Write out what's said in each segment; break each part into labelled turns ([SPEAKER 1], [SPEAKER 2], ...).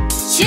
[SPEAKER 1] 刊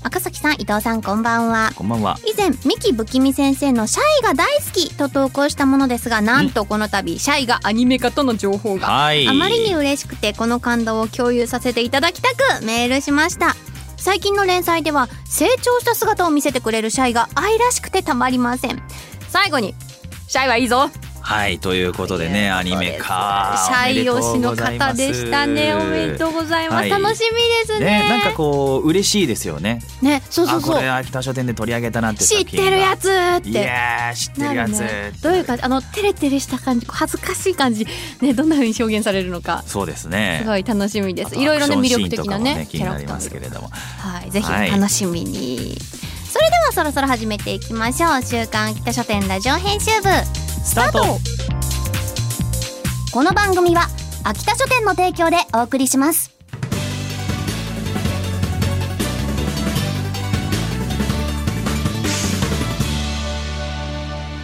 [SPEAKER 2] 赤崎さん伊藤さんこんばんは
[SPEAKER 3] こんばんは
[SPEAKER 2] 以前ミキ不気味先生のシャイが大好きと投稿したものですがなんとこの度シャイがアニメ化との情報が
[SPEAKER 3] はい
[SPEAKER 2] あまりに嬉しくてこの感動を共有させていただきたくメールしました最近の連載では成長した姿を見せてくれるシャイが愛らしくてたまりません最後にシャイはいいぞ
[SPEAKER 3] はいということでねアニメか
[SPEAKER 2] シャイ推しの方でしたねおめでとうございます、
[SPEAKER 3] はい
[SPEAKER 2] 楽しみですね
[SPEAKER 3] ねなんかこう嬉しいですよね
[SPEAKER 2] ねそうそう
[SPEAKER 3] あ
[SPEAKER 2] そ
[SPEAKER 3] こ
[SPEAKER 2] う
[SPEAKER 3] れ秋田書店で取り上げたなって
[SPEAKER 2] 知ってるや
[SPEAKER 3] つ
[SPEAKER 2] つっ
[SPEAKER 3] い
[SPEAKER 2] て
[SPEAKER 3] やー知って
[SPEAKER 2] な
[SPEAKER 3] るや
[SPEAKER 2] る
[SPEAKER 3] つ、
[SPEAKER 2] ねどういう感じあのテレテレした感じこう恥ずかしい感じねどんな風に表現されるのか
[SPEAKER 3] そうですね
[SPEAKER 2] すごい楽しみで
[SPEAKER 3] あ
[SPEAKER 2] す
[SPEAKER 3] と
[SPEAKER 2] いろいろね
[SPEAKER 3] アク
[SPEAKER 2] 魅
[SPEAKER 3] ション
[SPEAKER 2] 力的なねキ
[SPEAKER 3] シーンと
[SPEAKER 2] ャ
[SPEAKER 3] かも
[SPEAKER 2] ラ
[SPEAKER 3] ね
[SPEAKER 2] クタ
[SPEAKER 3] 気になります
[SPEAKER 2] ー
[SPEAKER 3] けれども
[SPEAKER 2] はい、ぜひ
[SPEAKER 3] はい
[SPEAKER 2] 楽しみに、それではそろそろ始めていきましょう週刊秋田書店ラジオ編集部
[SPEAKER 3] スタート
[SPEAKER 2] この番組は秋田書店の提供でお送りします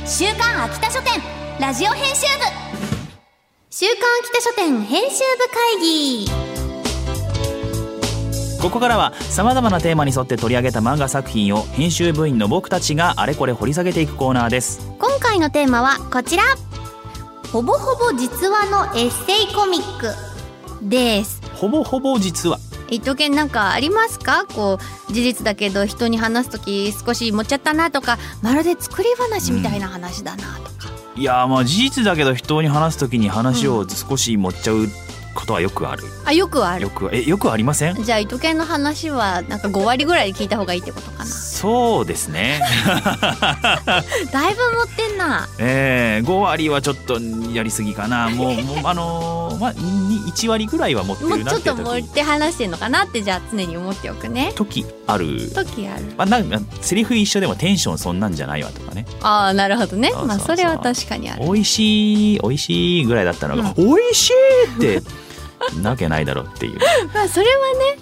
[SPEAKER 2] 週刊秋田書店ラジオ編集部週刊秋田書店編集部会議
[SPEAKER 3] ここからはさまざまなテーマに沿って取り上げた漫画作品を編集部員の僕たちがあれこれ掘り下げていくコーナーです
[SPEAKER 2] 今回のテーマはこちらほぼほぼ実話のエッセイコミックです
[SPEAKER 3] ほぼほぼ実は
[SPEAKER 2] 一藤健なんかありますかこう事実だけど人に話す時少し持っちゃったなとかまるで作り話みたいな話だなとか、
[SPEAKER 3] いやーまあ事実だけど人に話すときに話を少し持っちゃうことはよくある、
[SPEAKER 2] あよくある
[SPEAKER 3] よくえよくありません
[SPEAKER 2] じゃあ伊藤健の話はなんか5割ぐらい聞いた方がいいってことかな
[SPEAKER 3] そうですね
[SPEAKER 2] だいぶ持ってんな
[SPEAKER 3] えー、5割はちょっとやりすぎかなもうもうあのーまあに1割ぐらいは持って
[SPEAKER 2] もう
[SPEAKER 3] る
[SPEAKER 2] ち
[SPEAKER 3] なっ
[SPEAKER 2] ょってと持って話してんのかなってじゃあ常に思っておくね
[SPEAKER 3] 時時ある
[SPEAKER 2] 時ある
[SPEAKER 3] まあ、なんかセリフ一緒でもテンションそんなんじゃないわとかね
[SPEAKER 2] ああなるほどね
[SPEAKER 3] そうそうそう
[SPEAKER 2] まあそれは確かにある
[SPEAKER 3] 美味しい美味しいぐらいだったのが、美味しいってなわけないだろうっていう
[SPEAKER 2] まあそれはね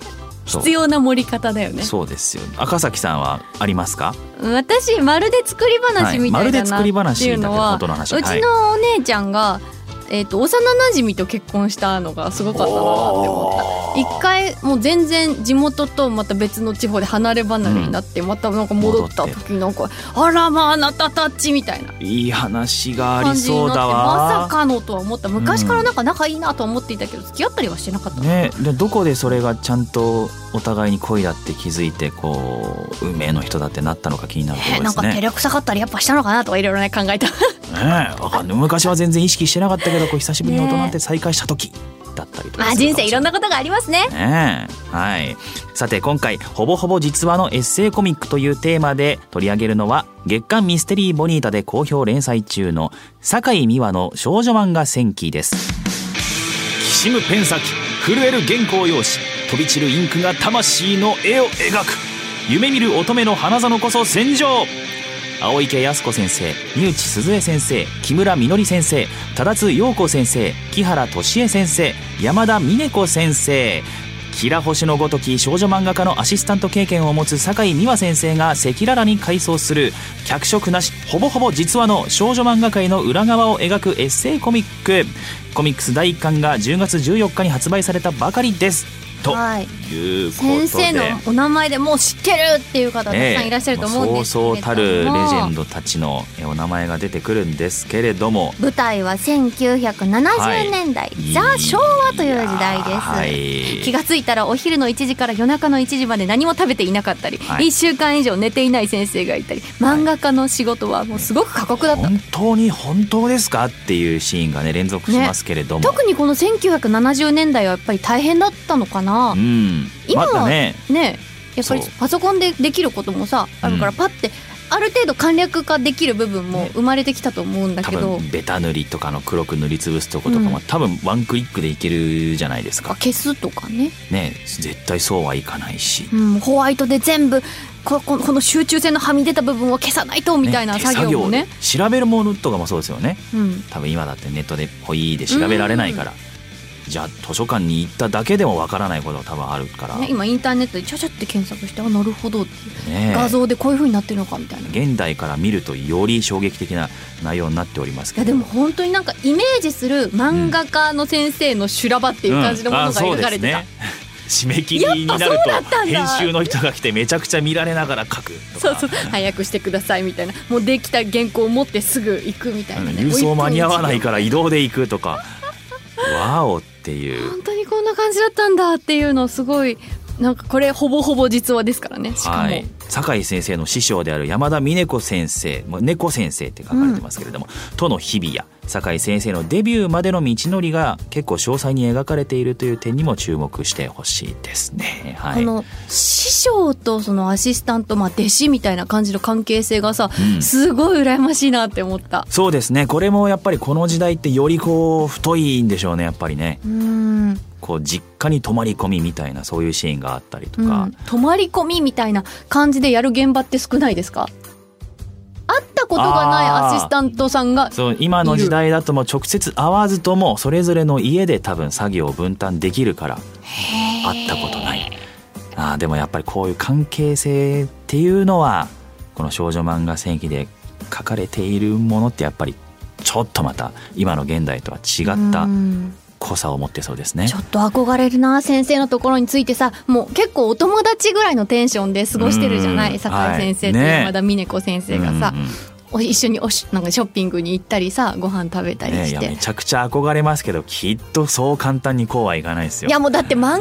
[SPEAKER 3] そう
[SPEAKER 2] 必要な盛り方だよね
[SPEAKER 3] そうですよ赤崎さんはありますか
[SPEAKER 2] 私まるで作り話みたいだ
[SPEAKER 3] はいまるで作り
[SPEAKER 2] なっ
[SPEAKER 3] 話
[SPEAKER 2] ていうのは、
[SPEAKER 3] だけど本当の話
[SPEAKER 2] うちのお姉ちゃんが、えー、と幼なじみと結婚したのがすごかったなって思った一回もう全然地元とまた別の地方で離れ離れになって、またなんか戻った時なんか「あらまああなたたち」みたいない
[SPEAKER 3] い話があ
[SPEAKER 2] 感
[SPEAKER 3] り
[SPEAKER 2] じに
[SPEAKER 3] そう
[SPEAKER 2] なって
[SPEAKER 3] だ
[SPEAKER 2] ま
[SPEAKER 3] わ
[SPEAKER 2] さかのとは思った昔からなんか仲いいなと思っていたけど付き合ったりはしてなかったの
[SPEAKER 3] ね、でどこでそれがちゃんとお互いに恋だって気づいてこう運命の人だってなったのか気になるとこ
[SPEAKER 2] え
[SPEAKER 3] ろで
[SPEAKER 2] なん
[SPEAKER 3] す
[SPEAKER 2] か照
[SPEAKER 3] ね。
[SPEAKER 2] れくさかったりやっぱしたのかなとかいろいろね考えた
[SPEAKER 3] ねわかんない昔は全然意識してなかったけどこう久しぶりに大人って再会した時だったりとか
[SPEAKER 2] まあ
[SPEAKER 3] する
[SPEAKER 2] 人生
[SPEAKER 3] かも
[SPEAKER 2] い
[SPEAKER 3] しれ
[SPEAKER 2] ろん
[SPEAKER 3] な
[SPEAKER 2] なことがありますね
[SPEAKER 3] ねえはい、さて今回ほぼほぼ実話のエッセイコミックというテーマで取り上げるのは月刊ミステリーボニータで好評連載中の酒井美和の少女漫画戦記ですきしむペン先震える原稿用紙飛び散るインクが魂の絵を描く夢見る乙女の花園こそ戦場青池康子先生三内鈴江先生木村みのり先生忠津陽子先生木原敏恵先生山田美音子先生キラ星のごとき少女漫画家のアシスタント経験を持つ酒井美和先生が赤裸々に回想する脚色なしほぼほぼ実話の少女漫画界の裏側を描くエッセイコミックコミックス第1巻が10月14日に発売されたばかりですと
[SPEAKER 2] はい
[SPEAKER 3] いうことで
[SPEAKER 2] 先生のお名前でもう知ってるっていう方たくさんいらっしゃると思うんですけれども、
[SPEAKER 3] ええまあそうそうたるレジェンドたちのえお名前が出てくるんですけれども
[SPEAKER 2] 舞台は1970年代、ザ・昭和という時代です、
[SPEAKER 3] はい
[SPEAKER 2] 気がついたらお昼の1時から夜中の1時まで何も食べていなかったり、
[SPEAKER 3] はい
[SPEAKER 2] 1週間以上寝ていない先生がいたり漫画家の仕事はもうすごく過酷だった、
[SPEAKER 3] 本当に本当ですかっていうシーンがね連続しますけれども、
[SPEAKER 2] 特にこの1970年代はやっぱり大変だったのかな、
[SPEAKER 3] うん
[SPEAKER 2] 今
[SPEAKER 3] ま
[SPEAKER 2] は
[SPEAKER 3] だね
[SPEAKER 2] ねえやっぱり
[SPEAKER 3] そう
[SPEAKER 2] パソコンでできることもさあるから
[SPEAKER 3] うん
[SPEAKER 2] パッてある程度簡略化できる部分も生まれてきたと思うんだ
[SPEAKER 3] 多
[SPEAKER 2] けど、
[SPEAKER 3] 分ベタ塗りとかの黒く塗りつぶすとことかも、
[SPEAKER 2] うん
[SPEAKER 3] 多分ワンクリックでいけるじゃないですか
[SPEAKER 2] 消すとかね、
[SPEAKER 3] ね絶対そうはいかないし、
[SPEAKER 2] うん、ホワイトで全部こここの集中線のはみ出た部分を消さないとみたいな
[SPEAKER 3] ね
[SPEAKER 2] 作業もね
[SPEAKER 3] 手作業調べるものとかもそうですよね
[SPEAKER 2] うん、
[SPEAKER 3] 多分今だってネットで「ほい」で調べられないから、じゃあ図書館に行っただけでもわからないことが多分あるから、
[SPEAKER 2] ね、今インターネットでちゃちゃって検索してあなるほどっていう
[SPEAKER 3] ねえ
[SPEAKER 2] 画像でこういう風になってるのかみたいない
[SPEAKER 3] 現代から見るとより衝撃的な内容になっておりますけ
[SPEAKER 2] や
[SPEAKER 3] ど
[SPEAKER 2] でも本当になんかイメージする漫画家の先生の修羅場っていう感じのものが描かれてた、
[SPEAKER 3] うんあそうですね締め切りになる
[SPEAKER 2] やっぱそうだった
[SPEAKER 3] と
[SPEAKER 2] んだ
[SPEAKER 3] 編集の人が来てめちゃくちゃ見られながら書くとか
[SPEAKER 2] そうそう早くしてくださいみたいなもうできた原稿を持ってすぐ行くみたいな
[SPEAKER 3] うん
[SPEAKER 2] ね
[SPEAKER 3] 郵送間に合わない
[SPEAKER 2] ら
[SPEAKER 3] から移動で行くとか わおっていう
[SPEAKER 2] 本当にこんな感じだったんだっていうのをすごいなんかこれほぼほぼ実話ですからねしかも、
[SPEAKER 3] はい、酒井先生の師匠である山田美音子先生まあ猫先生って書かれてますけれども、との日々や酒井先生のデビューまでの道のりが結構詳細に描かれているという点にも注目してほしいですね。は
[SPEAKER 2] こ
[SPEAKER 3] い、
[SPEAKER 2] の師匠とそのアシスタント、まあ、弟子みたいな感じの関係性がさ、
[SPEAKER 3] うん
[SPEAKER 2] すごい羨ましいなって思った。
[SPEAKER 3] そうですねこれもやっぱりこの時代ってよりこう太いんでしょうねやっぱりね
[SPEAKER 2] うん
[SPEAKER 3] こう実家に泊まり込みみたいなそういうシーンがあったりと
[SPEAKER 2] う
[SPEAKER 3] か、
[SPEAKER 2] ん、泊まり込みみたいな感じでやる現場って少ないですか会ったことが
[SPEAKER 3] あ
[SPEAKER 2] な
[SPEAKER 3] ー
[SPEAKER 2] いアシスタントさんが
[SPEAKER 3] そう今の時代だともう直接会わずともそれぞれの家で多分作業を分担できるから会ったことないあーでもやっぱりこういう関係性っていうのはこの少女漫画戦記で書かれているものってやっぱりちょっとまた今の現代とは違った
[SPEAKER 2] うん
[SPEAKER 3] 濃さを持ってそうですね
[SPEAKER 2] ちょ。っと憧れるな先生のところについてさもう結構お友達ぐらいのテンションで過ごしてるじゃな
[SPEAKER 3] うん
[SPEAKER 2] い酒井先生と
[SPEAKER 3] はいね
[SPEAKER 2] 山田美音子先生がさ
[SPEAKER 3] うん、うんうん
[SPEAKER 2] お一緒におしなんかショッピングに行ったりさご飯食べたり
[SPEAKER 3] ね、い
[SPEAKER 2] し
[SPEAKER 3] や
[SPEAKER 2] て、
[SPEAKER 3] めちゃくちゃ憧れますけどきっとそう簡単にこうはいかないですよ。
[SPEAKER 2] いやもうだって漫画家っ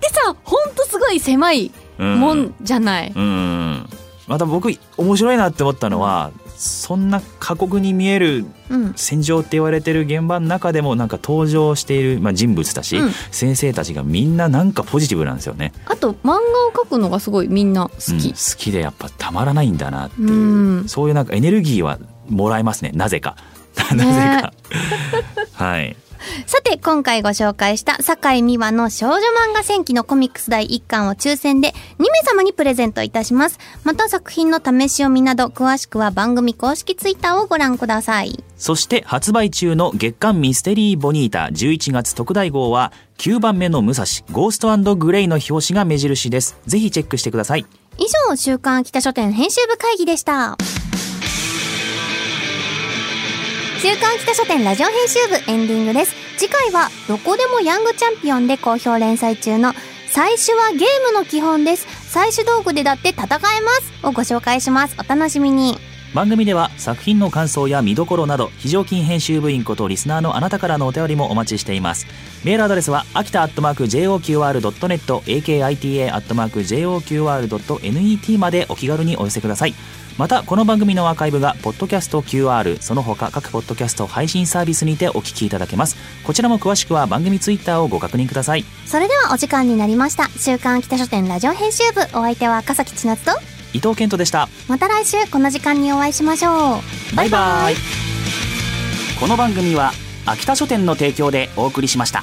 [SPEAKER 2] てさほんとすごい狭い
[SPEAKER 3] うん
[SPEAKER 2] もんじゃない、
[SPEAKER 3] うんまた僕面白いなって思ったのはそんな過酷に見える
[SPEAKER 2] うん
[SPEAKER 3] 戦場って言われてる現場の中でもなんか登場している、まあ、人物たち、
[SPEAKER 2] うん
[SPEAKER 3] 先生たちがみんななんかポジティブなんですよね。
[SPEAKER 2] あと漫画を描くのがすごいみんな好
[SPEAKER 3] うん
[SPEAKER 2] き
[SPEAKER 3] 好、きでやっぱたまらないんだなっていう、
[SPEAKER 2] うん
[SPEAKER 3] そういうなんかエネルギーはもらえますねなぜか。なぜか。はい。
[SPEAKER 4] さて、今回ご紹介した酒井美和の少女漫画戦記のコミックス第1巻を抽選で2名様にプレゼントいたします。また作品の試し読みなど、詳しくは番組公式ツイッターをご覧ください。
[SPEAKER 3] そして発売中の月刊ミステリーボニータ11月特大号は9番目の武蔵ゴーストグレイの表紙が目印です。ぜひチェックしてください。
[SPEAKER 4] 以上、週刊秋田書店編集部会議でした。週刊秋田書店ラジオ編集部エンディングです。次回は、どこでもヤングチャンピオンで好評連載中の、最終はゲームの基本です。最終道具でだって戦えます。をご紹介します。お楽しみに。
[SPEAKER 3] 番組では作品の感想や見どころなど非常勤編集部員ことリスナーのあなたからのお便りもお待ちしていますメールアドレスは秋田アットマーク JOQR.net akita アットマーク JOQR.net までお気軽にお寄せくださいまたこの番組のアーカイブがポッドキャスト QR その他各ポッドキャスト配信サービスにてお聞きいただけますこちらも詳しくは番組ツイッターをご確認ください
[SPEAKER 4] それではお時間になりました。週刊秋田書店ラジオ編集部。お相手は赤崎千夏と、
[SPEAKER 3] 伊藤健人でした
[SPEAKER 4] また来週この時間にお会いしましょう。
[SPEAKER 3] バイバイこの番組は秋田書店の提供でお送りしました